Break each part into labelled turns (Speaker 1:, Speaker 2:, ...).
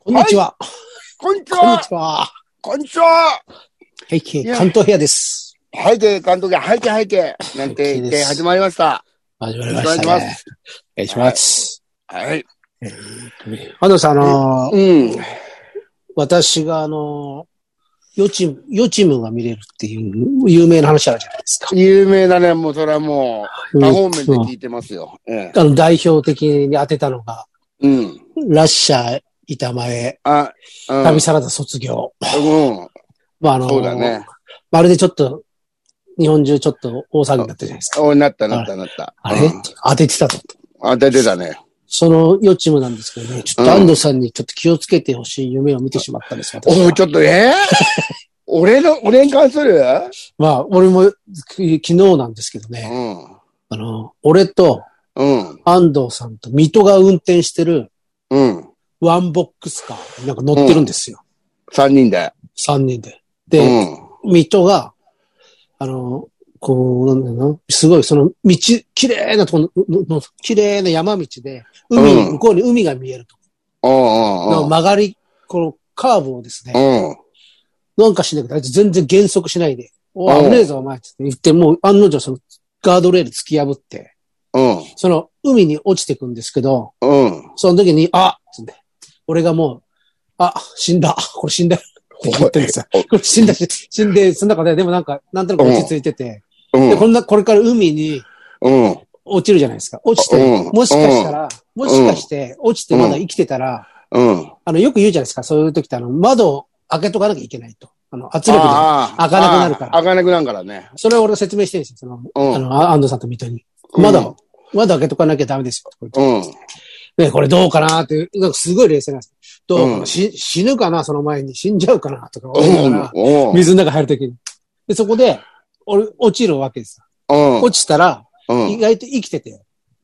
Speaker 1: こんにちは。
Speaker 2: こんにち
Speaker 1: こんに
Speaker 2: は
Speaker 1: ちは。
Speaker 2: こんにちは
Speaker 1: 背景、
Speaker 2: いや
Speaker 1: 関東部屋です。
Speaker 2: 背景監督が背景背景なんて言って始まりました。
Speaker 1: 始まりましたね。お願いします。
Speaker 2: はい。
Speaker 1: 安藤さん、あのー
Speaker 2: うん。
Speaker 1: 私が、あのー、予知、予知夢が見れるっていう有名な話あるじゃないですか。
Speaker 2: 有名だね、もうそれはもう、多方面で聞いてますよ。ええ。
Speaker 1: あの、代表的に当てたのが、
Speaker 2: うん。
Speaker 1: ラッシャー、板前、
Speaker 2: あ、うん。
Speaker 1: 旅サラダ卒業。
Speaker 2: うん。
Speaker 1: まあ、あのー
Speaker 2: そうだね。
Speaker 1: まるでちょっと、日本中ちょっと大騒ぎになったじゃないですか。
Speaker 2: お、なったなったなった。
Speaker 1: あれ、
Speaker 2: うん
Speaker 1: 当ててたと。
Speaker 2: あ、出てたね。
Speaker 1: その予知夢なんですけどね、ちょっと安藤さんにちょっと気をつけてほしい夢を見てしまったんです、私は
Speaker 2: お、ちょっと、え え俺の、俺に関する
Speaker 1: まあ、俺もき昨日なんですけどね、
Speaker 2: う
Speaker 1: あの、俺と
Speaker 2: ん。うん。
Speaker 1: 安藤さんと水戸が運転してる
Speaker 2: うん。
Speaker 1: ワンボックスカーになんか乗ってるんですよ。
Speaker 2: 三人で。
Speaker 1: 三人で。
Speaker 2: う
Speaker 1: で、
Speaker 2: ん。
Speaker 1: 水戸が、あの、こう、なんだろうな、すごいその道、綺麗なとこのの、の綺麗な山道で、海、
Speaker 2: うん
Speaker 1: 向こうに海が見えると。
Speaker 2: うんうんうん。
Speaker 1: 曲がり、このカーブをですね、
Speaker 2: うん。
Speaker 1: なんかしなくて、あいつ全然減速しないで、お
Speaker 2: うん
Speaker 1: 危ねえぞ、お前って言って、もう案の定そのガードレール突き破って、
Speaker 2: うん。
Speaker 1: その海に落ちてくんですけど、
Speaker 2: うん。
Speaker 1: その時に、あつって、俺がもう、あ、死んだ、これ死んだ、って言ってるんですよ。
Speaker 2: おい
Speaker 1: これ死んだし、死んで、その中で、でもなんか、なんとなく落ち着いてて、
Speaker 2: うん
Speaker 1: で、こんな、これから海に
Speaker 2: うん。
Speaker 1: 落ちるじゃないですか。落ち
Speaker 2: う
Speaker 1: て、
Speaker 2: ん
Speaker 1: もしかしたら、もしかして、落ちてまだ生きてたら、
Speaker 2: うん。
Speaker 1: あの、よく言うじゃないですか、そういう時って、あの、窓を開けとかなきゃいけないと。あの、圧力で
Speaker 2: ああ
Speaker 1: 開かなくなるから
Speaker 2: ああ開かなくなるからね。
Speaker 1: それを俺が説明してるんですよ。その、
Speaker 2: うん
Speaker 1: あの、あ安藤さんと水戸に。
Speaker 2: うん
Speaker 1: まだ、まだ開けとかなきゃダメですよ。これ
Speaker 2: うん。
Speaker 1: ね、これどうかなっていう、なんかすごい冷静なんですよ。どうかな、
Speaker 2: うん
Speaker 1: し死ぬかなその前に死んじゃうかなとか思いながら、
Speaker 2: うん。
Speaker 1: 水の中入るときに。で、そこで、俺、落ちるわけですよ。
Speaker 2: うん。
Speaker 1: 落ちたら、
Speaker 2: うん。
Speaker 1: 意外と生きてて、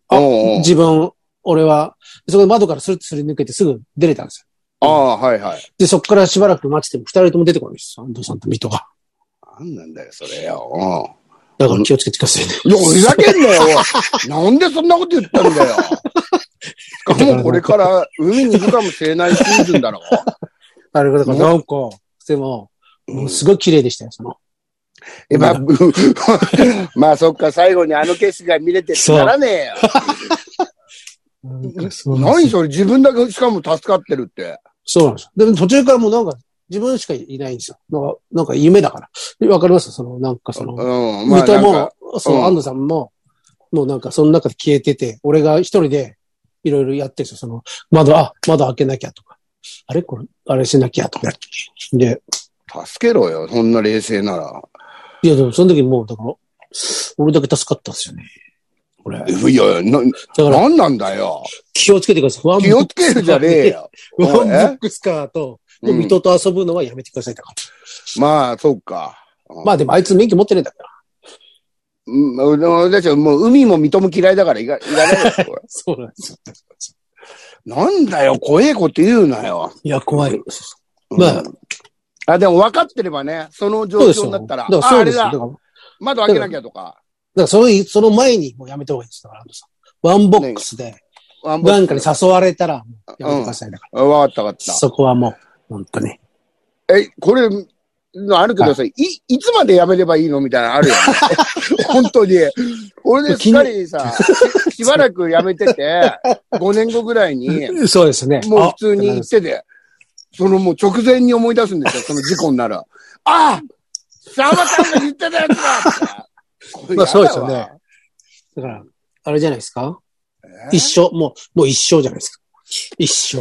Speaker 2: あ
Speaker 1: 自分、俺は、そこで窓からスルッとすり抜けてすぐ出れたんですよ。
Speaker 2: ああ、はいはい。
Speaker 1: で、そこからしばらく待ってても、二人とも出てこないですよ。安藤さんと水戸が。
Speaker 2: なんなんだよ、それよ。
Speaker 1: だから気をつけてくださいね。
Speaker 2: うん。いや、ふざけんなよ。 おいなんでそんなこと言ったんだよ。しかもこれから海に行くかもしれないシーズンだろ。
Speaker 1: あれだから、なんか、でも、もうすごい綺麗でしたよ、その。
Speaker 2: え、まあ、 まあそっか、最後にあの景色が見れてってならね えよ。
Speaker 1: 何
Speaker 2: 何それ、自分だけしかも助かってるって。
Speaker 1: そうなんですよ。でも途中からもうなんか、自分しかいないんですよ。なんか、なんか夢だから。わかりますその、なんかその、
Speaker 2: うん、ま
Speaker 1: 水
Speaker 2: あ
Speaker 1: 戸
Speaker 2: なんか、
Speaker 1: も、そうの、
Speaker 2: ん
Speaker 1: 安藤さんも、もうなんかその中で消えてて、俺が一人で、いろいろやってるんですよ。その、窓、あ、窓開けなきゃとか。あれこれ、あれしなきゃとかやってて。で、
Speaker 2: 助けろよ、そんな冷静なら。
Speaker 1: いやでもその時もう、だから、俺だけ助かったんですよね。これ。だ
Speaker 2: いや、な、
Speaker 1: から、
Speaker 2: なんなんだよ。
Speaker 1: 気をつけてください。
Speaker 2: 気をつけるじゃねえよ。
Speaker 1: ワンボ
Speaker 2: おい
Speaker 1: ックスカーと、 もう水戸と遊ぶのはやめてくださいだから。
Speaker 2: まあ、そうか。
Speaker 1: まあでもあいつ免許持ってないんだから。
Speaker 2: うん、俺たちはもう海も水戸も嫌いだからいかいらないよ。 これ
Speaker 1: そうなんですよ。
Speaker 2: なんだよ、怖えこと言うなよ。
Speaker 1: いや、怖い。
Speaker 2: うん
Speaker 1: まあ、
Speaker 2: あ、でも分かってればね、その状
Speaker 1: そうです
Speaker 2: 況
Speaker 1: よ。
Speaker 2: になったら、
Speaker 1: だから
Speaker 2: あ、
Speaker 1: そ
Speaker 2: あ
Speaker 1: うで
Speaker 2: れ
Speaker 1: すよ。だから、
Speaker 2: だ、
Speaker 1: だか
Speaker 2: 窓開けなきゃとか、
Speaker 1: らその、その前にもうやめた方がいいです。だから、安藤さん。ワンボックスで、
Speaker 2: ワンボ
Speaker 1: なん
Speaker 2: ッ
Speaker 1: かに
Speaker 2: クス。
Speaker 1: 誘われたら、やめてください。だから、
Speaker 2: 分かった分かっ
Speaker 1: そこはもう、本当に。
Speaker 2: た。え、これ、あるけどさ、い、いつまでやめればいいのみたいなのあるよ、ね。 本当に。俺ですっかりさ、ししばらくやめてて、5年後ぐらいに、
Speaker 1: そうですね。
Speaker 2: もう
Speaker 1: あ
Speaker 2: 普通に行ってて、そのもう直前に思い出す んですよ、その事故になる。ああ沢田さんが言ってたやつだって
Speaker 1: まあそうですよね。だから、あれじゃないですか
Speaker 2: え
Speaker 1: 一生、もう、もう一生じゃないですか。一生。
Speaker 2: ち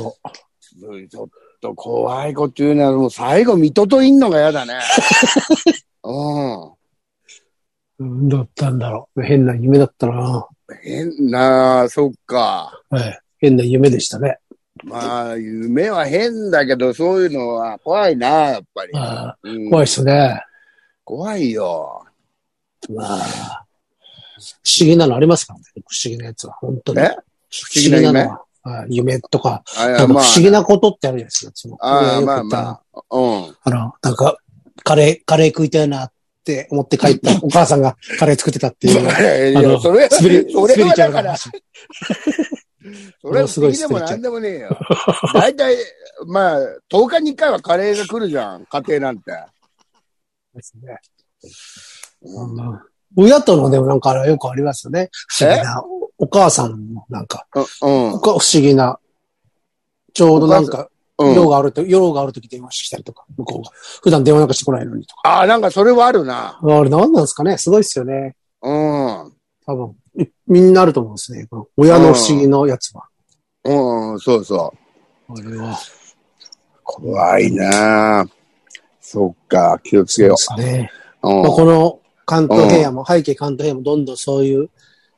Speaker 2: ょっと怖いこと言うなら、もう最後、水戸といんのが嫌だ ね。う
Speaker 1: うん、だったんだろう。変な夢だったな。
Speaker 2: ん。変なあ、そっか。
Speaker 1: はい。変な夢でしたね。
Speaker 2: まあ、夢は変だけど、そういうのは怖いな、やっぱり。
Speaker 1: あ
Speaker 2: うん
Speaker 1: あ怖いっすね。
Speaker 2: 怖いよ。
Speaker 1: まあ、不思議なのありますからね。不思議なやつは、本当に。
Speaker 2: え
Speaker 1: 不
Speaker 2: 思議な夢
Speaker 1: のははい夢とか、
Speaker 2: あい
Speaker 1: な
Speaker 2: や
Speaker 1: んか
Speaker 2: まあ
Speaker 1: 不思議なことってあるじゃないですか。その
Speaker 2: ああ、
Speaker 1: 俺がよく
Speaker 2: まあ
Speaker 1: 言った
Speaker 2: まあ。うん。
Speaker 1: あの、なんか、カレー、カレー食いたいなって思って帰 ったお母さんがカレー作ってたっていう。
Speaker 2: いやい や
Speaker 1: あの
Speaker 2: それは、
Speaker 1: スピリ、
Speaker 2: それ
Speaker 1: スピリ
Speaker 2: は
Speaker 1: チュア
Speaker 2: だ
Speaker 1: ルな
Speaker 2: から、
Speaker 1: 話。
Speaker 2: それは不思議でもなんでもねえよ。大体、まあ、10日に1回はカレーが来るじゃん、家庭なんて。
Speaker 1: ですね。うん親とのでもなんかあれよくありますよね。不思議な。お母さんのなんか、
Speaker 2: うん
Speaker 1: お。か不思議な。ちょうどなんか、
Speaker 2: うん。
Speaker 1: 用があると、用があるとき電話してきたりとか、向こうが。普段電話なんかしてこないのにとか。
Speaker 2: ああ、なんかそれはあるな。
Speaker 1: あれ何なんですかねすごいですよね。
Speaker 2: うん。
Speaker 1: 多分。いみんなあると思うんですね。この親の不思議のやつは。
Speaker 2: うん、そうそ
Speaker 1: あれは。
Speaker 2: う。怖いなあそっか、気をつけよ
Speaker 1: そうですね。
Speaker 2: う。
Speaker 1: まあ、この関東平野も、背景関東平野もどんどんそういう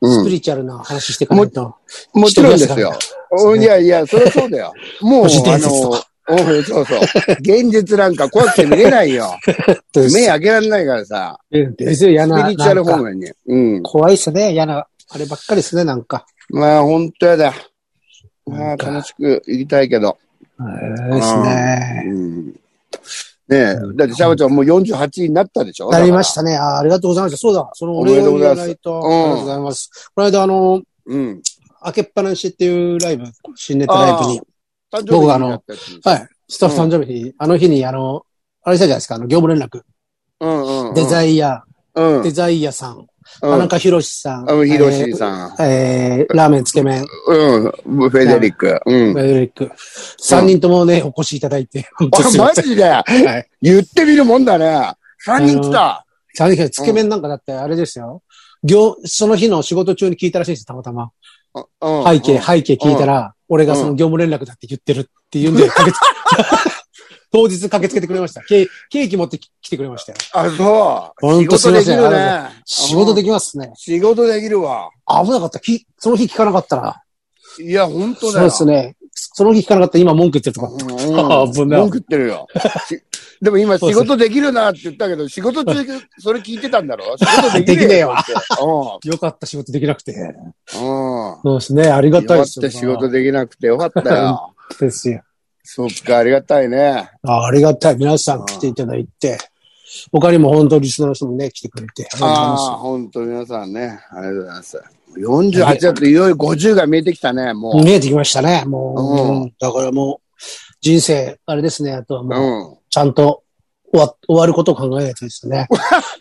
Speaker 2: うん
Speaker 1: スピリチュアルな話していかないと。
Speaker 2: もちろんです
Speaker 1: 人
Speaker 2: よ
Speaker 1: です。
Speaker 2: おいやいや、そりゃそ うだよ。もう、あ
Speaker 1: 都市伝説と
Speaker 2: の、うんそうそう。現実なんか怖くて見れないよ。目開けられないからさ。
Speaker 1: ですよ、嫌
Speaker 2: ス
Speaker 1: な。
Speaker 2: ピリチュアル
Speaker 1: なん
Speaker 2: 方
Speaker 1: か
Speaker 2: 面に。うん。
Speaker 1: 怖いっすね、嫌な。あればっかりですね、なんか。
Speaker 2: まあ、本当やだ。ま
Speaker 1: な
Speaker 2: あ、
Speaker 1: んか
Speaker 2: 楽しく行きたいけど。
Speaker 1: ええですね。
Speaker 2: うん。ねえ、だってシャバちゃんもう48になったでしょ
Speaker 1: なりまし。たね。あーありがとうございました。そうだ、そのお礼を言わないと。ありがと
Speaker 2: おめでと
Speaker 1: う
Speaker 2: うご
Speaker 1: ご
Speaker 2: ざ
Speaker 1: ざいます。この間、あの、
Speaker 2: だからうん。
Speaker 1: 開けっぱなしっていうライブ、新ネタライブに、
Speaker 2: 誕生日
Speaker 1: 僕は
Speaker 2: に
Speaker 1: あの
Speaker 2: なったやつ
Speaker 1: はい、スタッフ誕生日に、あの日に、あの、あれしたじゃないですか、あの、業務連絡、
Speaker 2: うんうん。
Speaker 1: デ
Speaker 2: イ
Speaker 1: ザイア、
Speaker 2: ン。うん。
Speaker 1: デザイアさん、
Speaker 2: う
Speaker 1: 田
Speaker 2: ん。
Speaker 1: 中博さん、
Speaker 2: あの、ヒロシさん。
Speaker 1: えーえーラーメンつけ麺、
Speaker 2: うん。フェデリック。うん。
Speaker 1: メデリック、3人ともね、お越しいただいて、本当
Speaker 2: あ、
Speaker 1: すいま
Speaker 2: マ
Speaker 1: せん。
Speaker 2: ジで
Speaker 1: はい。
Speaker 2: 言ってみるもんだね。3人来た。
Speaker 1: 3人つけ麺なんかだって、あれですよ。業、その日の仕事中に聞いたらしいですよ、たまたま。
Speaker 2: 背
Speaker 1: 背景、背景聞いたら、俺がその業務連絡だって言ってるって言うん で、駆けつ 当日駆けつけてくれました。ケーケーキ持ってき来てくれましたよ。
Speaker 2: あ、そう。
Speaker 1: ほん
Speaker 2: 仕
Speaker 1: とす
Speaker 2: 事
Speaker 1: いま
Speaker 2: で
Speaker 1: せん
Speaker 2: きる
Speaker 1: あ
Speaker 2: ね。
Speaker 1: 仕事で
Speaker 2: き
Speaker 1: きますね。
Speaker 2: 仕事できるわ。
Speaker 1: 危なかった。きその日聞かなかったら。
Speaker 2: いや、本当
Speaker 1: そ
Speaker 2: だ
Speaker 1: う
Speaker 2: よ。
Speaker 1: ですね。その日聞かなかったら今文句言ってるとか。
Speaker 2: うん。
Speaker 1: 危ない
Speaker 2: 文句言ってるよ。しでも今
Speaker 1: そう
Speaker 2: 仕
Speaker 1: そう
Speaker 2: 事できるなって言ったけど、仕事中それ聞いてたんだろ仕事でき
Speaker 1: できね
Speaker 2: ね
Speaker 1: え
Speaker 2: え
Speaker 1: よ
Speaker 2: よって。
Speaker 1: よかった仕事できなくて。
Speaker 2: うん。うん。
Speaker 1: そうですね。ありがたい
Speaker 2: 弱
Speaker 1: で
Speaker 2: っ
Speaker 1: すよ。
Speaker 2: て仕事できなくてよかったよ。
Speaker 1: ですよ
Speaker 2: そっか、ありがたいね。
Speaker 1: あ。ありがたい。皆さん来ていただいて。他にも本当リスナーの人もね、来てくれて。
Speaker 2: ああ、本当皆さんね。ありがとうございます。48だといよいよ50が見えてきたね、もう。
Speaker 1: 見えてきましたね。もう、
Speaker 2: う
Speaker 1: だからもう、人生、あれですね。あとはもう、
Speaker 2: うん。
Speaker 1: ちゃんと終わ終わることを考えないとです ね。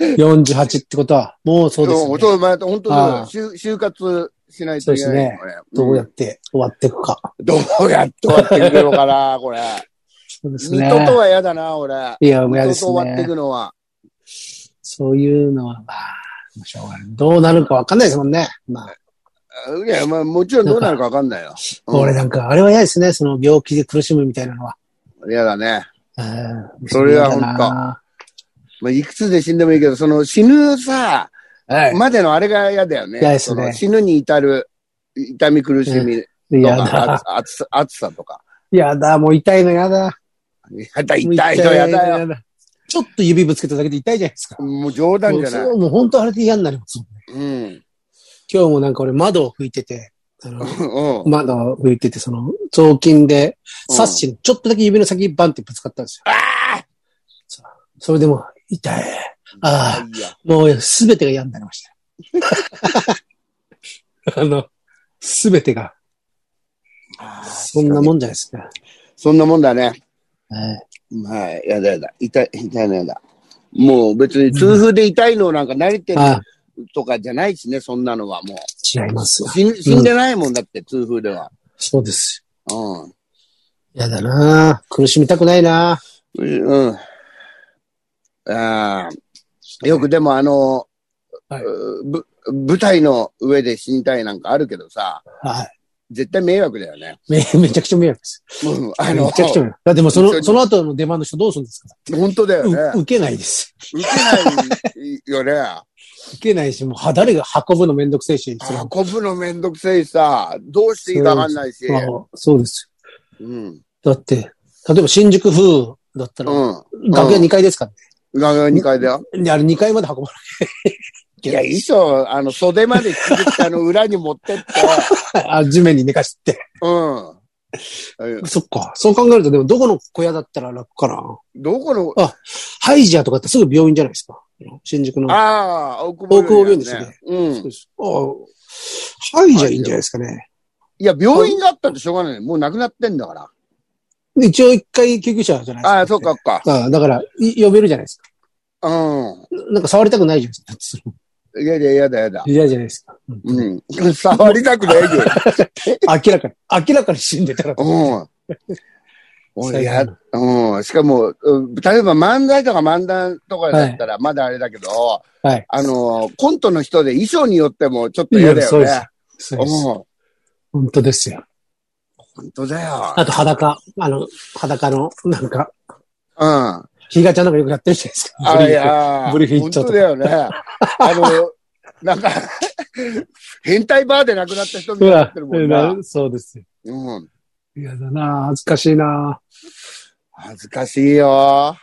Speaker 1: 48ってことは、もうそうです
Speaker 2: ん
Speaker 1: ね。
Speaker 2: そう、まあ、本当
Speaker 1: ああ
Speaker 2: だよ。就就活しないといけないよ、これ。
Speaker 1: どうや
Speaker 2: っ
Speaker 1: っ、て終わっていくか。
Speaker 2: どうやって終わっていくのかな、これ。
Speaker 1: そうです
Speaker 2: 水
Speaker 1: ね。
Speaker 2: 戸とは嫌だな、俺。
Speaker 1: いや、もう嫌で
Speaker 2: 水戸
Speaker 1: す
Speaker 2: と終わってい
Speaker 1: ね。
Speaker 2: くのは。
Speaker 1: そういうのは、まあ、しょうがない。どうなるかわかんないですもんね。まあ、
Speaker 2: いや、まあ、もちろんどうなるかわかんないよ。
Speaker 1: 俺なんか、あれは嫌ですね。その病気で苦しむみたいなのは。
Speaker 2: うん嫌だね。
Speaker 1: うん
Speaker 2: それは本当
Speaker 1: 嫌だな
Speaker 2: まあ、いくつで死んでもいいけど、その死ぬさ、
Speaker 1: はい。
Speaker 2: までのあれが嫌だよね。
Speaker 1: 嫌ですね
Speaker 2: その死ぬに至る痛み苦しみと
Speaker 1: 嫌
Speaker 2: か、
Speaker 1: だ。
Speaker 2: 暑暑さ暑さとか。
Speaker 1: 嫌だ。もう痛いの嫌だ。
Speaker 2: やだ、痛いの嫌だよ。
Speaker 1: よ。ちょっと指ぶつけただけで痛いじゃないですか。
Speaker 2: もう冗談じゃない
Speaker 1: も。うもう本当あれで嫌になりますもんね。
Speaker 2: うん。
Speaker 1: 今日もなんか俺窓を拭いてて、あの、
Speaker 2: うん。
Speaker 1: 窓を拭いてて、その、雑巾で、
Speaker 2: うん
Speaker 1: サッシにちょっとだけ指の先にバンってぶつかったんですよ。そうそれでもう、痛い。あ
Speaker 2: いいや。
Speaker 1: もうすべてが嫌になりま した。あの、すべてが、そんなもんじゃないですか。
Speaker 2: そんなもんだね。
Speaker 1: はい
Speaker 2: はい、やだやだ。痛い、痛いのやだ。もう別に痛風で痛いのなんか慣れてる
Speaker 1: あ
Speaker 2: とかじゃないしね、そんなのはもう。
Speaker 1: 違いますよ。
Speaker 2: 死ん死んでないもんだって、痛風では。
Speaker 1: そうです。
Speaker 2: うん。
Speaker 1: 嫌だな苦しみたくないな
Speaker 2: うん。ああ。よくでもあの、
Speaker 1: はいう
Speaker 2: ぶ舞台の上で死にたいなんかあるけどさ、
Speaker 1: はい。
Speaker 2: 絶対迷惑だよね。
Speaker 1: め、 めちゃくちゃ迷惑です。
Speaker 2: うん、あの
Speaker 1: め、ちゃくちゃ迷惑。だってもうそ
Speaker 2: 本当
Speaker 1: の、
Speaker 2: に
Speaker 1: その後の出番の人どうするんですか
Speaker 2: 本当だよ
Speaker 1: う
Speaker 2: ね。
Speaker 1: 受けないです。
Speaker 2: 受けないよね。
Speaker 1: 受けないし、もうは誰が運ぶのめんどくせえし、それは
Speaker 2: 運ぶのめんどくせいさ、どうしていいかわかんないし。
Speaker 1: まあそうです。
Speaker 2: うん。
Speaker 1: だって、例えば新宿風だったら、
Speaker 2: うん。
Speaker 1: 楽屋2階ですから
Speaker 2: 画面2階だよ。
Speaker 1: ね。であれ2階まで運ばなきゃ
Speaker 2: い
Speaker 1: い
Speaker 2: や、
Speaker 1: け
Speaker 2: 衣装、あの、袖まで着てきて、あの、裏に持ってって、
Speaker 1: ない。あ、地面に寝かして。
Speaker 2: うん。え
Speaker 1: そっか。そう考えると、でもどこの小屋だったら楽かな。
Speaker 2: どこの、
Speaker 1: ハイジアとかってすぐ病院じゃないですか。新宿の。
Speaker 2: ああ、大久
Speaker 1: 大久保病院ですね
Speaker 2: う。
Speaker 1: そうんですあハイジアいいんじゃないですかね。
Speaker 2: いや、病院があったってしょうがないよ。もう亡くなってんだから。
Speaker 1: 一応一回救急車じゃないですか。
Speaker 2: ああ、そうか、そうか。
Speaker 1: ああだから、い呼べるじゃないですか。
Speaker 2: う
Speaker 1: なんか触りたくないじゃないですか。
Speaker 2: ん。いやいや、やだやだ。
Speaker 1: 嫌じゃないですか。
Speaker 2: うん。 触りたくないよ。
Speaker 1: 明らかに、明らかに死んでたら。
Speaker 2: うん。俺や
Speaker 1: 最後、
Speaker 2: うん。しかも、うん例えば漫才とか漫談とかだったら、まだあれだけど、
Speaker 1: はい。
Speaker 2: あの、コントの人で衣装によってもちょっと嫌だ
Speaker 1: そ
Speaker 2: よ
Speaker 1: うです
Speaker 2: ね。。
Speaker 1: そう
Speaker 2: うん。
Speaker 1: です。本
Speaker 2: 本
Speaker 1: 当ですよ。
Speaker 2: 当だよ。
Speaker 1: あと裸、あの、裸の、なんか、
Speaker 2: うん。あ
Speaker 1: ひがちゃんなんかよくやってるじゃないですか。
Speaker 2: いや
Speaker 1: ブリーフ一丁
Speaker 2: 本
Speaker 1: とか
Speaker 2: 当だよね。あ の、なんか、変態バーで亡くなった人みたいになってるもんな。
Speaker 1: うんそうですよ。
Speaker 2: うん。
Speaker 1: 嫌だな恥ずかしいな
Speaker 2: 恥ずかしいよ。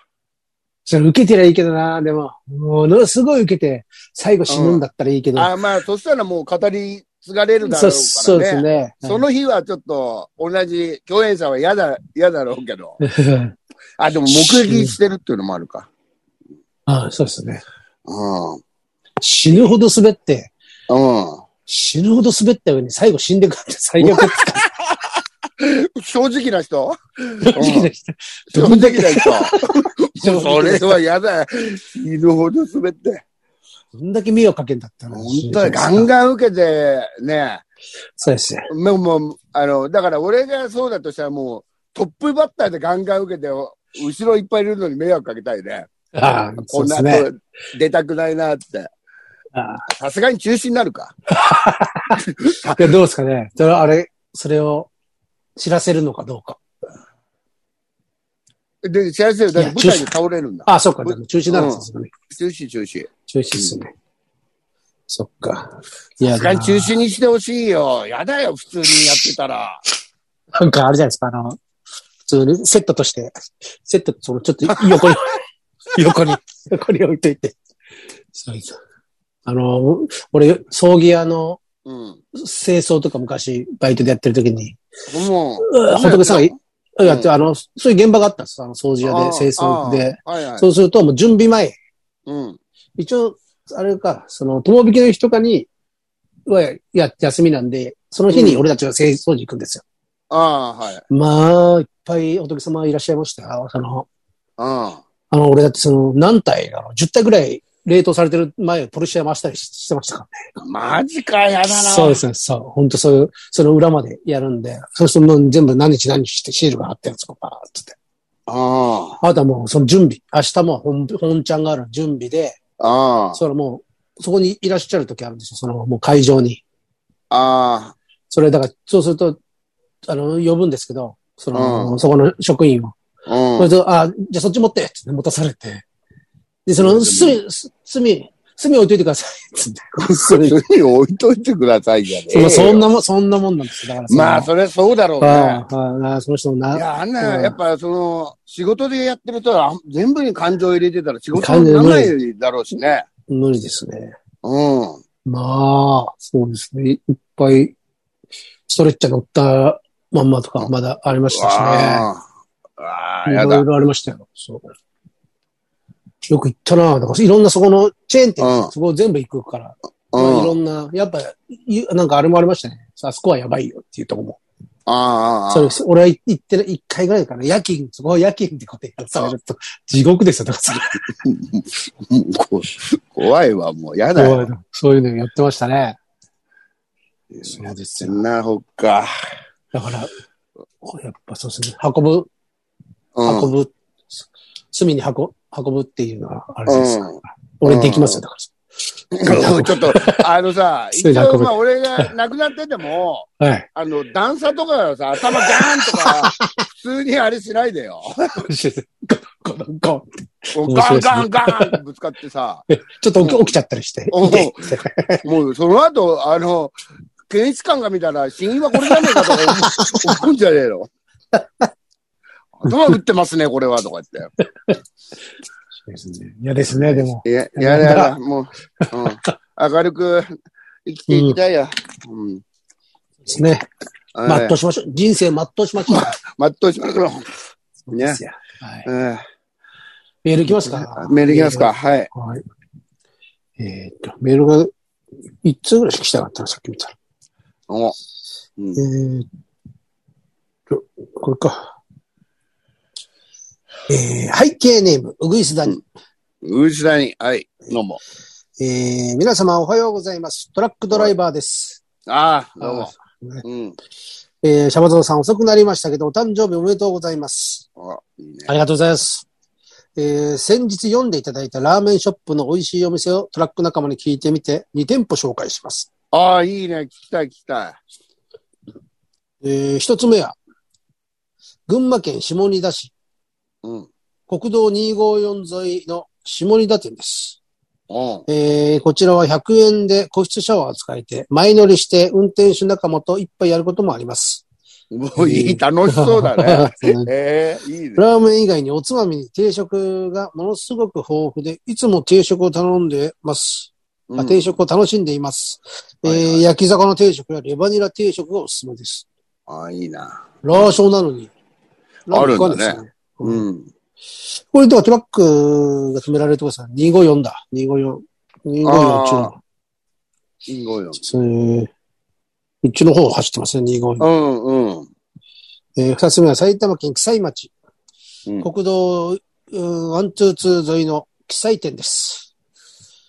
Speaker 1: それ受けてりゃいいけどなでも、ものすごい受けて、最後死ぬんだったらいいけど。
Speaker 2: あまあ、そしたらもう語り継がれるだろ
Speaker 1: そうう
Speaker 2: から
Speaker 1: そ
Speaker 2: ね。
Speaker 1: うですね。
Speaker 2: その日はちょっと、同じ共演者は嫌だ、嫌だろうけど。
Speaker 1: うん
Speaker 2: あ、でも目撃してるっていうのもあるか。
Speaker 1: あそうですね。
Speaker 2: うん。
Speaker 1: 死ぬほど滑って、
Speaker 2: うん。
Speaker 1: 死ぬほど滑った上に最後死んでくって最悪 って
Speaker 2: 正直な人
Speaker 1: 感じでした。
Speaker 2: 正直な人。
Speaker 1: 正
Speaker 2: そ
Speaker 1: 直
Speaker 2: れ
Speaker 1: で
Speaker 2: は嫌だよ。死ぬほど滑って。
Speaker 1: どんだけ迷惑かけんだったの
Speaker 2: 本当だよガンガン受けて、ね。
Speaker 1: そうですね。
Speaker 2: もう、もう、あの、だから俺がそうだとしたらもう、トップバッターでガンガン受けて、後ろいっぱいいるのに迷惑かけたいね。
Speaker 1: ああ、そ
Speaker 2: こ
Speaker 1: うんで
Speaker 2: な
Speaker 1: すね。
Speaker 2: 後出たくないなって。
Speaker 1: あ
Speaker 2: さすがに中止になるか。
Speaker 1: あいやどうですかね。それあれ、それを知らせるのかどうか。
Speaker 2: で、知らせる。だって
Speaker 1: いや
Speaker 2: 舞台で倒れるんだ。
Speaker 1: ああ、そっか。でも中止ならそうですよね。
Speaker 2: 中止、中止。
Speaker 1: 中止ですね。そっか。いや
Speaker 2: さすがに中
Speaker 1: な
Speaker 2: 止にしてほしいよ。やだよ、普通にやってたら。
Speaker 1: んかあれじゃないですか。あの、普通にセットとして、セット、その、ちょっと横 に、横に、横に置いといて。そうそうあの、俺、葬儀屋の
Speaker 2: うん。
Speaker 1: 清掃とか昔、バイトでやってる時に、
Speaker 2: もう。
Speaker 1: うん
Speaker 2: そうやった
Speaker 1: 仏さんがい、
Speaker 2: ん
Speaker 1: やって、あの、そういう現場があったんですあの、掃除屋
Speaker 2: あ
Speaker 1: で
Speaker 2: あ、
Speaker 1: 清掃で。
Speaker 2: ああはいはい。
Speaker 1: そうすると、もう準備前、
Speaker 2: うん。
Speaker 1: 一応、あれか、その、友引きの日とかに、は、や、休みなんで、その日に俺たちが清掃時行くんですよ。
Speaker 2: ああ、はい。
Speaker 1: まあ、いっぱい仏様いらっしゃいましたよ。あの、
Speaker 2: あ
Speaker 1: あの、俺だってその、何体だろう ?10 体ぐらい冷凍されてる前をポルシェ回したりししてましたから
Speaker 2: あ。マジか、やだ
Speaker 1: ね。
Speaker 2: な。
Speaker 1: そうですね。そう。本当そういう、その裏までやるんで、そうするともう全部何日何日してシールが貼ってるんですよ。バーっつって。
Speaker 2: あ
Speaker 1: あとはもうその準備。明日も本本ちゃんがある準備で、
Speaker 2: あ。ああ。
Speaker 1: それもう、そこにいらっしゃる時あるんですよ。その、もう会場に。
Speaker 2: あ
Speaker 1: それだから、そうすると、あの、呼ぶんですけど、その、
Speaker 2: うん
Speaker 1: そこの職員を。
Speaker 2: あ。うん
Speaker 1: それ。と、あ、じゃあそっち持ってっつって持たされて。で、その、隅、す隅、隅置いといてください。つって。それ
Speaker 2: 普通に置いといてくださいじゃね え
Speaker 1: そ
Speaker 2: よ
Speaker 1: うそんなもん、そんなもんなんですよ。だからの
Speaker 2: まあ、それはそうだろうね。
Speaker 1: はいはいはいその人の
Speaker 2: い
Speaker 1: な、
Speaker 2: や、あんな、
Speaker 1: うん
Speaker 2: やっぱ、その、仕事でやってる人は、あん全部に感情入れてたら仕事にならないだろうしね。
Speaker 1: 無理ですね。
Speaker 2: うん。
Speaker 1: まあ、そうですね。いっぱい、ストレッチャー乗ったまんまとか、まだありましたしね。
Speaker 2: ああ。ああ、
Speaker 1: い
Speaker 2: や
Speaker 1: ろ
Speaker 2: だ。
Speaker 1: いろありましたよ。そう。よく行ったなだからいろんなそこのチェーン店、
Speaker 2: うん
Speaker 1: そこ全部行くから、
Speaker 2: う
Speaker 1: まあ、いろ
Speaker 2: ん。
Speaker 1: んな、やっぱ、いなんかあれもありましたね。あそこはやばいよっていうとこも。
Speaker 2: ああああ。
Speaker 1: そうです。俺は行ってない、一回ぐらいかな。夜勤、そこは夜勤ってことやらされると、地獄ですよ。だ から
Speaker 2: うんこ 怖いわ、もう。や
Speaker 1: そ
Speaker 2: だ
Speaker 1: れ
Speaker 2: よ。
Speaker 1: そういうのやってましたね。
Speaker 2: そ
Speaker 1: そうですよ。
Speaker 2: んなほっか。
Speaker 1: だから、やっぱそうですね。運ぶ、
Speaker 2: うん。
Speaker 1: 運ぶ、す隅に運運ぶっていうのは、あれですか、
Speaker 2: うん
Speaker 1: 俺できますよ。だか
Speaker 2: うん ちょっと、あのさ、
Speaker 1: すい
Speaker 2: 一
Speaker 1: ません
Speaker 2: 応、
Speaker 1: 運ぶ
Speaker 2: まあ、俺が亡くなってても、
Speaker 1: ら。はい。
Speaker 2: あの、段差とかさ、頭ガーンとか、普通にあれしないでよ。
Speaker 1: ゴンゴンゴンって
Speaker 2: もう
Speaker 1: 面
Speaker 2: ガ
Speaker 1: 白
Speaker 2: ン
Speaker 1: いですね
Speaker 2: ガンガーンってぶつかってさ、
Speaker 1: ちょっと起き起きちゃったりして。
Speaker 2: うん
Speaker 1: 痛い
Speaker 2: もうその後、あの、検視官が見たら死因はこれじゃねえかとか思う思うんじゃねえの。頭打ってますね、これは、とか言っ
Speaker 1: 嫌ですね、でも。
Speaker 2: て。いや、やだやだ、もう、うん、明るく生きていきたいよ。うん。
Speaker 1: ですね。
Speaker 2: はい
Speaker 1: 全うしましょう。人生全うしましょう。
Speaker 2: 全うしましょう。ね
Speaker 1: で。すよはい
Speaker 2: うん
Speaker 1: メールいきますか
Speaker 2: メールいきますか。。はい。
Speaker 1: はい。えーっと、メールが1通ぐらいしか来たかったな、さっき見たら。
Speaker 2: おうん
Speaker 1: えーっと、これか。えー、背景ネーム、うぐいすだに。
Speaker 2: うちだに、はい、どうも。
Speaker 1: えー、皆様おはようございます。トラックドライバーです。
Speaker 2: ああ、どうも。
Speaker 1: あ
Speaker 2: うん。
Speaker 1: えー、シャバゾウさん遅くなりましたけど、お誕生日おめでとうございます。
Speaker 2: あ、いいね
Speaker 1: あ。りがとうございます。えー、先日読んでいただいたラーメンショップの美味しいお店をトラック仲間に聞いてみて、2店舗紹介します。
Speaker 2: ああ、いいね。聞きたい、聞きた
Speaker 1: えー、一つ目は、群馬県下仁田市、
Speaker 2: い。うん。
Speaker 1: 国道254沿いの下仁田店です。
Speaker 2: うん。
Speaker 1: えー、こちらは100円で個室シャワーを使えて、前乗りして運転手仲間と一杯やることもあり ます。
Speaker 2: もういい、楽しそうだ ね。ええいいね。
Speaker 1: ラーメン以外におつまみに定食がものすごく豊富で、いつも定食を頼んでます。あ定食を楽しんでいます。えー
Speaker 2: はいはい
Speaker 1: 焼き魚定食やレバニラ定食がおすすめです。
Speaker 2: ああ、いいな。
Speaker 1: ラーショーなのに。
Speaker 2: あるんだ
Speaker 1: ラーメ
Speaker 2: ね
Speaker 1: ンですね。
Speaker 2: うん。
Speaker 1: これとはトラックが止められるとこさ、254だ。254。254中
Speaker 2: あいいごよ。
Speaker 1: そううちの方を走ってますね、254
Speaker 2: う。ん、うん。
Speaker 1: えー二つ目は埼玉県木西町。
Speaker 2: うん
Speaker 1: 国道、うん、ワン、ツー、ツー沿いの記載店です。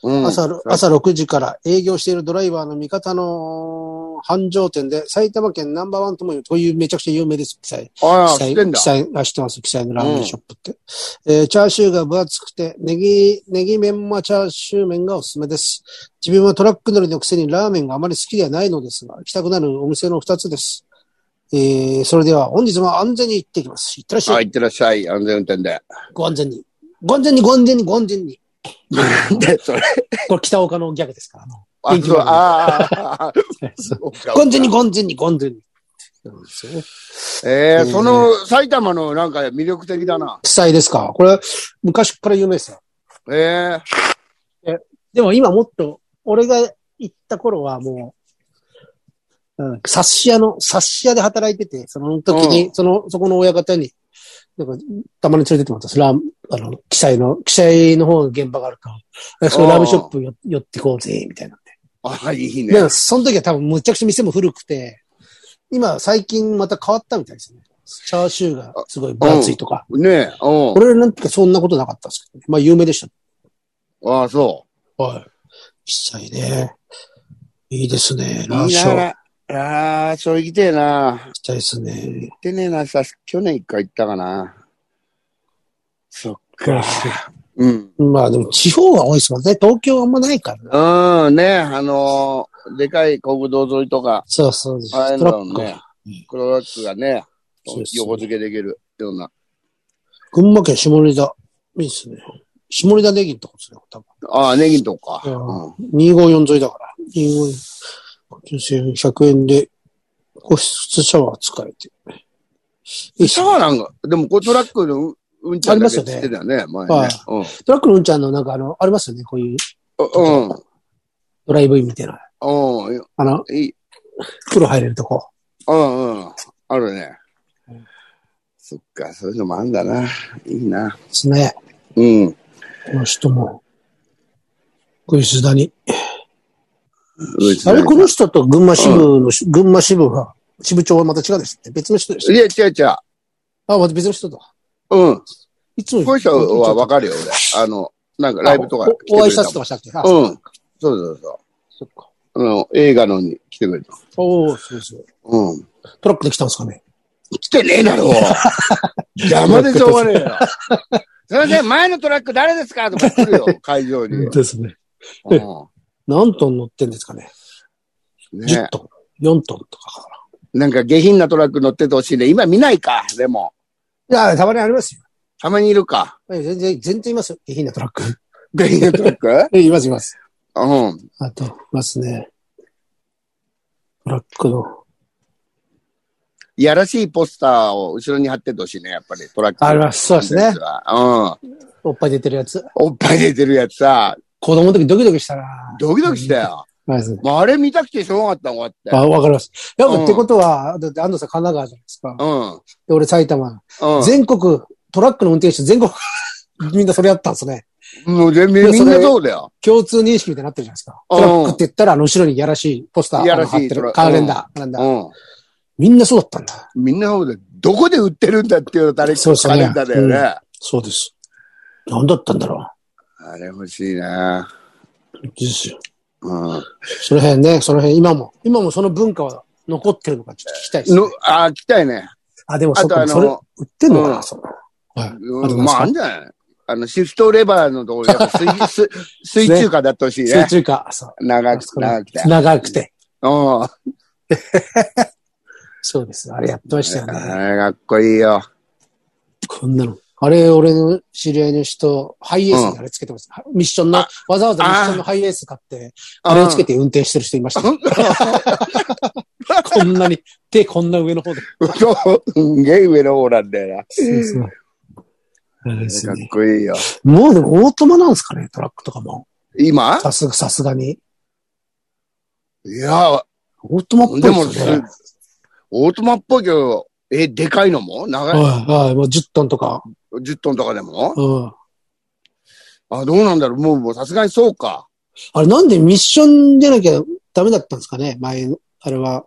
Speaker 2: うん。
Speaker 1: 朝、朝6時から営業しているドライバーの味方の繁盛店で、埼玉県ナンバーワンともいう、というめちゃくちゃ有名です、記載。
Speaker 2: ああ、
Speaker 1: 記
Speaker 2: 知
Speaker 1: 載
Speaker 2: ってんだ
Speaker 1: 記。載あ知ってます、記載のラーメンショップって。えーチャーシューが分厚くて、ネギ、ネギメンマチャーシュー麺がおすすめです。自分はトラック乗りのくせにラーメンがあまり好きではないのですが、行きたくなるお店の二つです。えー、それでは本日も安全に行ってきます。行ってらっしゃい。
Speaker 2: あ、いってらっしゃい。安全運転 で。
Speaker 1: ご安全に。ご安全に、ご安全に、ご安全に。
Speaker 2: で、それ。
Speaker 1: これ北岡のギャグですから。あの
Speaker 2: あ、そう、ああ、
Speaker 1: ご安全に、ご安全に、ご安全に。そうですよね
Speaker 2: ええその、埼玉のなんか魅力的だな。
Speaker 1: 記載ですか。これ、昔から有名ですよ。
Speaker 2: ええ
Speaker 1: でも今もっと、俺が行った頃はもう、うん、冊子屋の、冊子屋で働いてて、その時に、
Speaker 2: う
Speaker 1: その、そこの親方に、なんか、たまに連れてってもらったんです。ラーメンあの、記載の、記載の方の現場があるから、そのラーメンショップよ寄ってこうぜ、みたいな。
Speaker 2: ああ、いい
Speaker 1: で
Speaker 2: ね。
Speaker 1: もその時は多分むちゃくちゃ店も古くて、今最近また変わったみたいですね。チャーシューがすごい分厚いとか。
Speaker 2: ねえ、うん
Speaker 1: 俺なんてそんなことなかったんですけど、ね、まあ有名でし。
Speaker 2: ああ、そ
Speaker 1: た。はい。実際ね。いいですね。
Speaker 2: う。
Speaker 1: ラーショー。
Speaker 2: ああ、そう行きてえな。
Speaker 1: 行きたいですね。
Speaker 2: 行ってねえな、さ、去年一回行ったかな。そっか。うん。
Speaker 1: まあでも地方は多いですもんね。東京はあんまないからな。
Speaker 2: うん、ね、あのーでかい国道沿いとか、
Speaker 1: そうそうです。
Speaker 2: あれ
Speaker 1: ト
Speaker 2: だ
Speaker 1: ラ
Speaker 2: ろう
Speaker 1: ック
Speaker 2: ね
Speaker 1: は。。
Speaker 2: クロラックがね、
Speaker 1: そうですね
Speaker 2: 横付けできるような。
Speaker 1: 群馬県下仁田。いいですね。下仁田ネギのとこですね、多分。
Speaker 2: ああ、ネギとか。
Speaker 1: うん254沿いだから。254。100円で、個室シャワー使えて。いいっす
Speaker 2: シャ
Speaker 1: ね
Speaker 2: ワーなんか、でも、こうトラックのううんちゃんだけって言ってたよね、前ね
Speaker 1: はい。トラックのうんちゃんのなんかあの、ありますよね、こういう
Speaker 2: うん。
Speaker 1: ドライブインみたいな。
Speaker 2: うん。うん。
Speaker 1: あの、
Speaker 2: いい。
Speaker 1: 風呂入れるとこ。
Speaker 2: うんうん。あるね。そっか、そういうのもあんだな。いいな。
Speaker 1: ですね。
Speaker 2: うん。
Speaker 1: この人も。こういう須田に。あ
Speaker 2: あ
Speaker 1: れ、
Speaker 2: れ
Speaker 1: この人と群馬支部のし、群馬支部は、支部長はまた違うんですって。別の人です。
Speaker 2: いや、違う違う。
Speaker 1: あ、また別の人だ。
Speaker 2: うん。
Speaker 1: いつも。
Speaker 2: この人はわ
Speaker 1: か
Speaker 2: かるよ、俺。あの、なんかライブとか来てくれたもん。
Speaker 1: おお会いしたって言ってましたっけあ
Speaker 2: うん。そうそうそ
Speaker 1: そっか。
Speaker 2: う。あの、映画のに来てくれた。
Speaker 1: おー、そうそう。
Speaker 2: うん。
Speaker 1: トラックで 来たんですかね。
Speaker 2: 来てねえだろ邪魔でしょうがねえ よ。すいません、前のトラック誰ですかとか来る よ、会場に。
Speaker 1: ですね。
Speaker 2: う
Speaker 1: 何トン乗ってんですかね。
Speaker 2: んね
Speaker 1: 10、トン、4トンとかか
Speaker 2: なんか下品なトラック乗っててほしいね。今見ないか、でも。
Speaker 1: な。いや、たまにありますよ。
Speaker 2: たまにいるか。
Speaker 1: え全然、全然いますよ。下品なトラック。
Speaker 2: 下品なトラック
Speaker 1: えいます、います。
Speaker 2: うん。
Speaker 1: あと、いますね。トラックの。
Speaker 2: いやらしいポスターを後ろに貼っててほしいね、やっぱりトラック。
Speaker 1: あります。そうですね。
Speaker 2: は。うん。
Speaker 1: おっぱい出てるやつ。
Speaker 2: おっぱい出てるやつさ、
Speaker 1: 子供の時ドキドキしたな。
Speaker 2: ドキドキしたよ。
Speaker 1: まず
Speaker 2: もうあれ見たくてしょうがなかったもん、だって。
Speaker 1: あ、わかります。やっ
Speaker 2: うん
Speaker 1: ぱってことは、だって安藤さん神奈川じゃないですか。
Speaker 2: う
Speaker 1: で、俺埼玉。
Speaker 2: ん。
Speaker 1: 全国、トラックの運転手全国、 みんなそれやったんですね。
Speaker 2: うん。もう全然みんなそうだよ。
Speaker 1: 共通認識みたいになってるじゃないですか。
Speaker 2: うん
Speaker 1: トラックって言ったら、あの後ろにやらしいポスター、
Speaker 2: いやらしい
Speaker 1: あの貼って
Speaker 2: トラ
Speaker 1: る。カーレンダー、なん
Speaker 2: う
Speaker 1: だ。
Speaker 2: ん。
Speaker 1: みんなそうだったんだ。
Speaker 2: みんなそうで、どこで売ってるんだっていうの誰か
Speaker 1: そうですね
Speaker 2: カレンダーだよね。
Speaker 1: そうです。何だったんだろ
Speaker 2: あれ欲しいな
Speaker 1: う。ですよ。
Speaker 2: うん。
Speaker 1: その辺ね、その辺、今も、今もその文化は残ってるのかちょっと聞きたいです、ね
Speaker 2: の。、あ、来たいね。
Speaker 1: あ、でも
Speaker 2: あ
Speaker 1: そっ
Speaker 2: とあ
Speaker 1: か、それ、売
Speaker 2: の、
Speaker 1: ってんのかな、
Speaker 2: うん
Speaker 1: その。はい。あと
Speaker 2: うん
Speaker 1: 何で
Speaker 2: ますあ、あ
Speaker 1: か
Speaker 2: んじゃないあの、シフトレバーのところやっぱ水、 水水中華だってほしいね
Speaker 1: 水。中華、そう。
Speaker 2: 長
Speaker 1: あそこ
Speaker 2: く、長くて。
Speaker 1: 長くて。
Speaker 2: うん。あ
Speaker 1: そうです。あれやってましたよね。
Speaker 2: れかっこいいよ。
Speaker 1: こんなの。あれ、俺の知り合いの人、ハイエースにあれつけてます。ミッションの
Speaker 2: あ、
Speaker 1: わざわざミッションのハイエース買って、
Speaker 2: あ
Speaker 1: あれをつけて運転してる人いました。 こんなに、手こんな上の方で。
Speaker 2: そう、すん げえ上の方なんだよな。か
Speaker 1: そうそう。あれです
Speaker 2: っ
Speaker 1: ね。
Speaker 2: こいいよ。
Speaker 1: もうでもオートマなんですかね、トラックとかも。
Speaker 2: 今
Speaker 1: さすが、さすがに。
Speaker 2: いや、
Speaker 1: オートマっぽい
Speaker 2: でも、
Speaker 1: ですすよね。
Speaker 2: オートマっぽいけど、え、でかいのも長い、
Speaker 1: はい、はい、もう10トンとか。
Speaker 2: 10トンとかでも
Speaker 1: うん。
Speaker 2: あ、どうなんだろうもう、もうさすがにそうか。
Speaker 1: あれなんでミッションじゃなきゃダメだったんですかね前、あれは。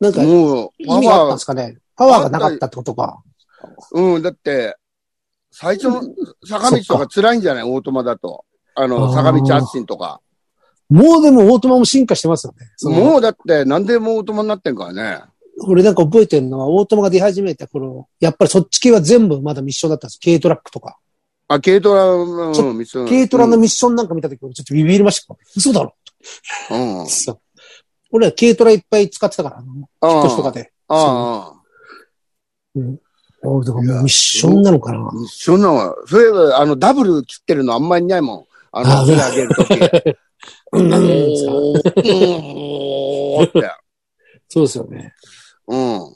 Speaker 1: なんか、意
Speaker 2: もう、パ
Speaker 1: 味があったん
Speaker 2: ワ
Speaker 1: で
Speaker 2: ー、
Speaker 1: すかねパワーがなかったってことか。
Speaker 2: うん、だって、最初の坂道とか辛いんじゃないオートマだと。あ
Speaker 1: あ
Speaker 2: の、
Speaker 1: ー
Speaker 2: 坂道発進とか。
Speaker 1: もうでもオートマも進化してますよね。その
Speaker 2: もうだって、何でもオートマになってんからね。
Speaker 1: 俺なんか覚えてるのは、オートマが出始めた頃、やっぱりそっち系は全部まだミッションだったんです。軽トラックとか。
Speaker 2: あ、軽トラ、
Speaker 1: ち
Speaker 2: うん、ミス
Speaker 1: 軽トラのミッションなんか見た時、俺ちょっとビビりましたよ。嘘だろ
Speaker 2: うん。うん。
Speaker 1: そう俺は軽トラいっぱい使ってたから、あの引っ越しとかで。
Speaker 2: ああ。
Speaker 1: おだからもうミッションなのかな
Speaker 2: ミッションなのそういえば、あの、ダブル切ってるのあんまりいないもん。あ
Speaker 1: あ
Speaker 2: の、手上げるとき。
Speaker 1: うん
Speaker 2: う
Speaker 1: なんですか
Speaker 2: ーんって。
Speaker 1: そうですよね。ミッ
Speaker 2: うん。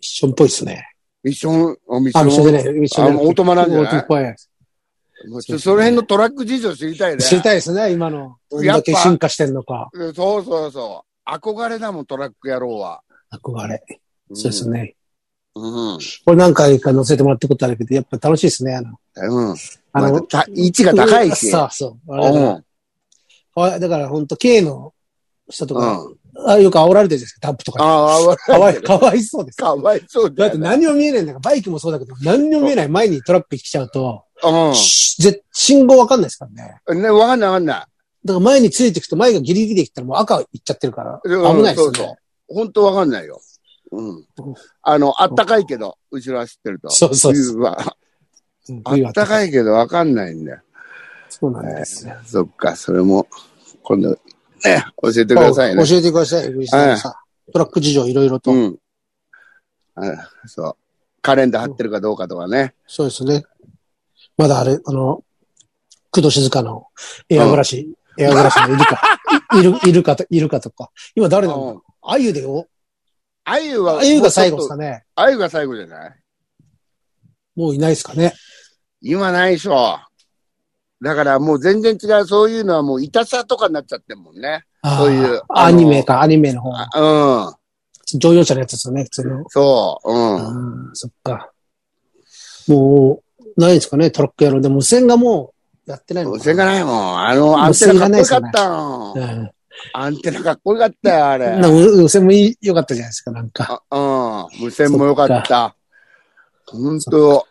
Speaker 1: ションっぽいですね。
Speaker 2: ミッション、あミッシ
Speaker 1: あ、ミッション
Speaker 2: ョ
Speaker 1: じ
Speaker 2: ン。
Speaker 1: ゃない。ミッションじゃない
Speaker 2: あオートマなんじゃな
Speaker 1: オ
Speaker 2: い
Speaker 1: ートマっぽい。
Speaker 2: もうちょその辺のトラック事情知りたいね。
Speaker 1: 知りたいですね、今の。どん
Speaker 2: やっ
Speaker 1: だ
Speaker 2: ぱ
Speaker 1: け進化してんのか。
Speaker 2: うんそうそうそう。憧れだもん、トラック野郎は。
Speaker 1: 憧れ。そうですね。
Speaker 2: うん。
Speaker 1: これ何回か乗せてもらったことあるけど、やっぱ楽しいですね。あの、
Speaker 2: うん。
Speaker 1: あ
Speaker 2: あ
Speaker 1: の
Speaker 2: の、た位置が高いし。
Speaker 1: そうそう。あれだから
Speaker 2: う
Speaker 1: あれだから本当 K の人と
Speaker 2: ん。う
Speaker 1: か、
Speaker 2: ん。
Speaker 1: あよく煽られてるじゃないですか、ダンプとか
Speaker 2: ああ、
Speaker 1: に。かわい、かわいそうです。
Speaker 2: かわいそう
Speaker 1: だ
Speaker 2: だ
Speaker 1: って
Speaker 2: よね。
Speaker 1: 何も見えないんだから、バイクもそうだけど、何にも見えない前にトラック来ちゃうと、
Speaker 2: う
Speaker 1: し絶信号わかんないですからね。
Speaker 2: ん。ね、わかんないわかんない。
Speaker 1: だから前についていくと、前がギリギリで行ったらもう赤行っちゃってるから、
Speaker 2: うん
Speaker 1: 危ないですよ
Speaker 2: そう
Speaker 1: ね。
Speaker 2: 本当わかんないよ。うん。あの、あったかいけど、後ろ走ってると。
Speaker 1: そうそうそう
Speaker 2: 冬は
Speaker 1: うん
Speaker 2: あ
Speaker 1: 冬は
Speaker 2: ったかいけどわかんないんだよ。
Speaker 1: そうなんですよ。
Speaker 2: そっか、それも、今度、ね、教えてくださいね。
Speaker 1: 教えてください、藤井さんさトラック事情いろいろと。
Speaker 2: うん。あそう。カレンダー貼ってるかどうかとかね。
Speaker 1: そうですね。まだあれ、あの、工藤静香のエアブラシ、エアブラシのイルカ、 いる、いるかと、いるかとか。今誰なんだ
Speaker 2: うん
Speaker 1: あゆでよ。
Speaker 2: あゆは、
Speaker 1: あゆが最後です
Speaker 2: もう
Speaker 1: か
Speaker 2: ちょっ
Speaker 1: ね。
Speaker 2: とあゆが最後じゃない
Speaker 1: もういないですかね。
Speaker 2: 今ないでしょ。だからもう全然違う、そういうのはもう痛さとかになっちゃってるもんね。
Speaker 1: あー
Speaker 2: そういう
Speaker 1: アニメか、アニメの方。
Speaker 2: あうん。
Speaker 1: 乗用車のやつですよね、普通の。
Speaker 2: そう。うん。
Speaker 1: あーそっか。もう、ないですかね、トラック野郎。でも無線がもう、やってないの
Speaker 2: 無
Speaker 1: か
Speaker 2: 線
Speaker 1: な。
Speaker 2: がないもん。あの、アンテナかっこよかったの。
Speaker 1: うん
Speaker 2: アンテナかっこよかったよ、あれ。
Speaker 1: な無線もいい良かったじゃないですか、なんか。
Speaker 2: あうん。無線もよかった。本当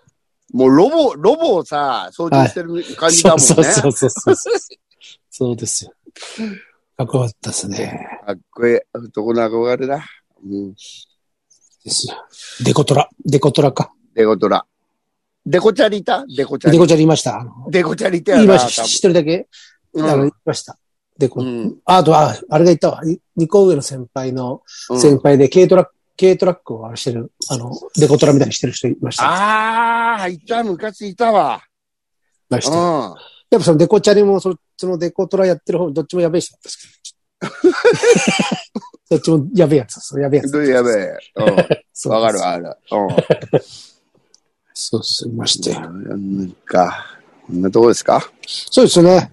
Speaker 2: もうロボ、ロボをさ、操縦してる感じだもんね。
Speaker 1: そうそうそうそうそう。そうですよ。かっこよかったですね。
Speaker 2: かっこいい。男の憧れだ。うん。
Speaker 1: ですよ。デコトラ。デコトラか。
Speaker 2: デコトラ。デコチャリいたデコチャ
Speaker 1: デ
Speaker 2: リ。
Speaker 1: コチャリいました。あの
Speaker 2: デコチャリいた
Speaker 1: 言
Speaker 2: よ
Speaker 1: い
Speaker 2: な、
Speaker 1: ま
Speaker 2: 多
Speaker 1: した。一人だけ、あの、
Speaker 2: 分。
Speaker 1: 言いました。デコ。
Speaker 2: うん。
Speaker 1: ああと、あ、あれが言ったわ。い二個上の先輩の、
Speaker 2: うん
Speaker 1: 先輩で軽トラック、軽トラックをあれしてる、あの、デコトラみたいにしてる人いました。い
Speaker 2: ああ、いた、昔い たわ。
Speaker 1: まし
Speaker 2: う
Speaker 1: たやっ
Speaker 2: ん。
Speaker 1: ぱそのデコチャリも、そっちのデコトラやってる方、どっちもやべえ人だったんですけど。どっちもやべえやつ。そうやべえやつ。
Speaker 2: どうやべえ。う
Speaker 1: そ
Speaker 2: ん。
Speaker 1: う
Speaker 2: わか る。わ、ある。う
Speaker 1: そうすいまして。
Speaker 2: ん。なんか、こんなとこですか
Speaker 1: そうですね。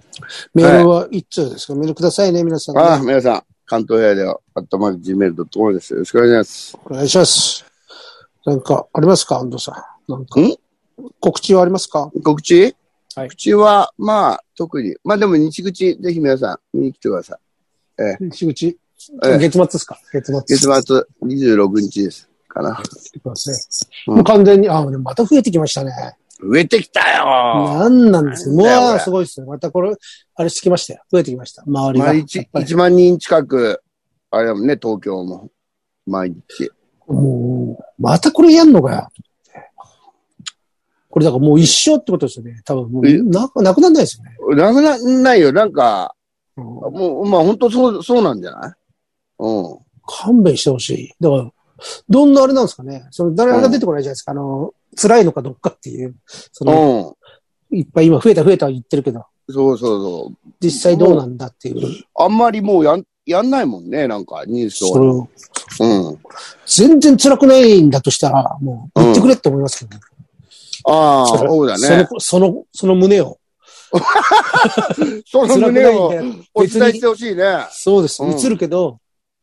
Speaker 1: メールは一通ですか、メールくださいね、皆さん、
Speaker 2: ああ、
Speaker 1: ね。
Speaker 2: 皆さん、関東平では、アットマーク Gmail.com です。よろしくお願いします。
Speaker 1: お願いします。なんか、ありますか安藤さん。なんか
Speaker 2: ん。
Speaker 1: 告知はありますか
Speaker 2: 告知
Speaker 1: はい
Speaker 2: 告知は、まあ、特に。まあでも、日口、ぜひ皆さん、見に来てください。
Speaker 1: 西口。
Speaker 2: ええ
Speaker 1: 月末ですか月末。
Speaker 2: 月末26日です。かな。
Speaker 1: ってことですね。
Speaker 2: うん
Speaker 1: もう完全に、あ、でもまた増えてきましたね。
Speaker 2: 植えてきたよ
Speaker 1: なんなんですよ。も
Speaker 2: なんだ
Speaker 1: う
Speaker 2: よこれ
Speaker 1: すごいですね。またこれ、あれつきましたよ。増えてきました。周り
Speaker 2: ま
Speaker 1: が。
Speaker 2: あ、
Speaker 1: やっ
Speaker 2: 1,
Speaker 1: ぱり
Speaker 2: 1万人近く、あれだもんね、東京も。毎日。
Speaker 1: もう、またこれやんのかよ。これだからもう一生ってことですよね。多分も
Speaker 2: え
Speaker 1: うな、なくなんないですよね。
Speaker 2: なくなんないよ。なんか、
Speaker 1: うん
Speaker 2: もう、まあ本当そう、そうなんじゃないうん。
Speaker 1: 勘弁してほしい。だから、どんなあれなんですかね。その誰が出てこないじゃないですか。あの、辛いのかどっかっていう。その、
Speaker 2: うん。
Speaker 1: いっぱい今増えた増えたは言ってるけど、
Speaker 2: そうそうそう。
Speaker 1: 実際どうなんだっていう。
Speaker 2: あんまりもうやん、やんないもんね、なんか、ニュース
Speaker 1: そ
Speaker 2: を。
Speaker 1: の
Speaker 2: うん。
Speaker 1: 全然辛くないんだとしたら、もう、言ってくれって思いますけどね。
Speaker 2: ああ、
Speaker 1: それ
Speaker 2: そうだね。
Speaker 1: その、その、その胸を。
Speaker 2: その胸を
Speaker 1: 辛くないんだよ
Speaker 2: お伝えしてほしいね。
Speaker 1: そうです。
Speaker 2: うん
Speaker 1: 映るけど、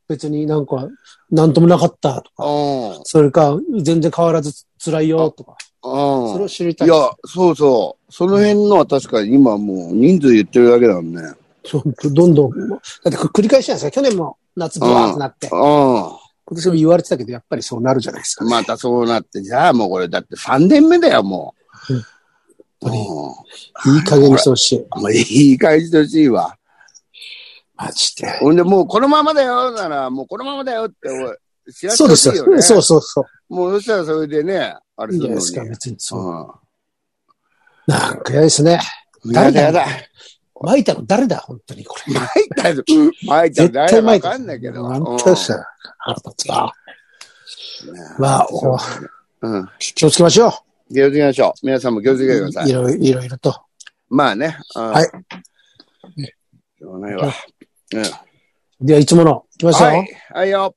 Speaker 1: 別になんか、なんともなかったと
Speaker 2: う
Speaker 1: か、それか、全然変わらず辛いよとか、
Speaker 2: ん。
Speaker 1: それ
Speaker 2: うん
Speaker 1: を。知りたい
Speaker 2: い
Speaker 1: です。
Speaker 2: や、そうそう。その辺のは確かに今もう人数言ってるだけだもんね。うん。
Speaker 1: そうどんどん、だって繰り返しじゃないですか。去年も夏ブワーってなって、今年も言われてたけど、やっぱりそうなるじゃないですか。
Speaker 2: またそうなって、じゃあもうこれだって3年目だよ、もう。
Speaker 1: う
Speaker 2: うんん。
Speaker 1: いい加減にしてほしい。
Speaker 2: もういい感じてほしいわ。
Speaker 1: マジで。
Speaker 2: ほんでもうこのままだよなら、もうこのままだよっておい知らせて
Speaker 1: そう
Speaker 2: ほ
Speaker 1: で
Speaker 2: し
Speaker 1: す
Speaker 2: いよね。
Speaker 1: よ。そうそうそ
Speaker 2: もうそしたらそれでね、あ
Speaker 1: う。
Speaker 2: れ
Speaker 1: いい
Speaker 2: す
Speaker 1: じゃな
Speaker 2: る
Speaker 1: い
Speaker 2: の
Speaker 1: ですか、
Speaker 2: に。
Speaker 1: 別にそう。
Speaker 2: う
Speaker 1: なんか嫌ですね。
Speaker 2: ん。やだ
Speaker 1: 誰だ
Speaker 2: やだ。
Speaker 1: 巻いたの誰だ、本当にこれ。
Speaker 2: 入ったぞ。入った
Speaker 1: 絶対
Speaker 2: ぞ。
Speaker 1: 巻い
Speaker 2: 誰わ
Speaker 1: た。
Speaker 2: かんないけど。
Speaker 1: なん
Speaker 2: うん
Speaker 1: としたら、腹立つな。まあ、お
Speaker 2: うん。
Speaker 1: 気をつけましょ
Speaker 2: 気をつけましょう。皆さんも気をつけてくださ
Speaker 1: う。い
Speaker 2: い。
Speaker 1: ろいろ、いろいろと。
Speaker 2: まあね。は
Speaker 1: はい。
Speaker 2: しょうがないわ。うん。
Speaker 1: では、いつもの、いきますよ。
Speaker 2: はい。はいよ。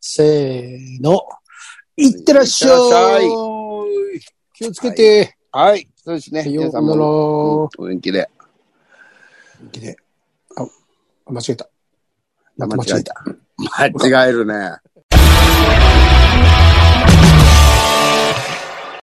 Speaker 1: せーの。いってらっしゃい
Speaker 2: いってらっしゃい
Speaker 1: 気をつけて。
Speaker 2: はい。そうですね。
Speaker 1: さよ
Speaker 2: 皆
Speaker 1: う
Speaker 2: さんも。
Speaker 1: な
Speaker 2: お元気で。
Speaker 1: ら。あ、間違えた。
Speaker 2: 間
Speaker 1: また
Speaker 2: 違えた。間違えるね。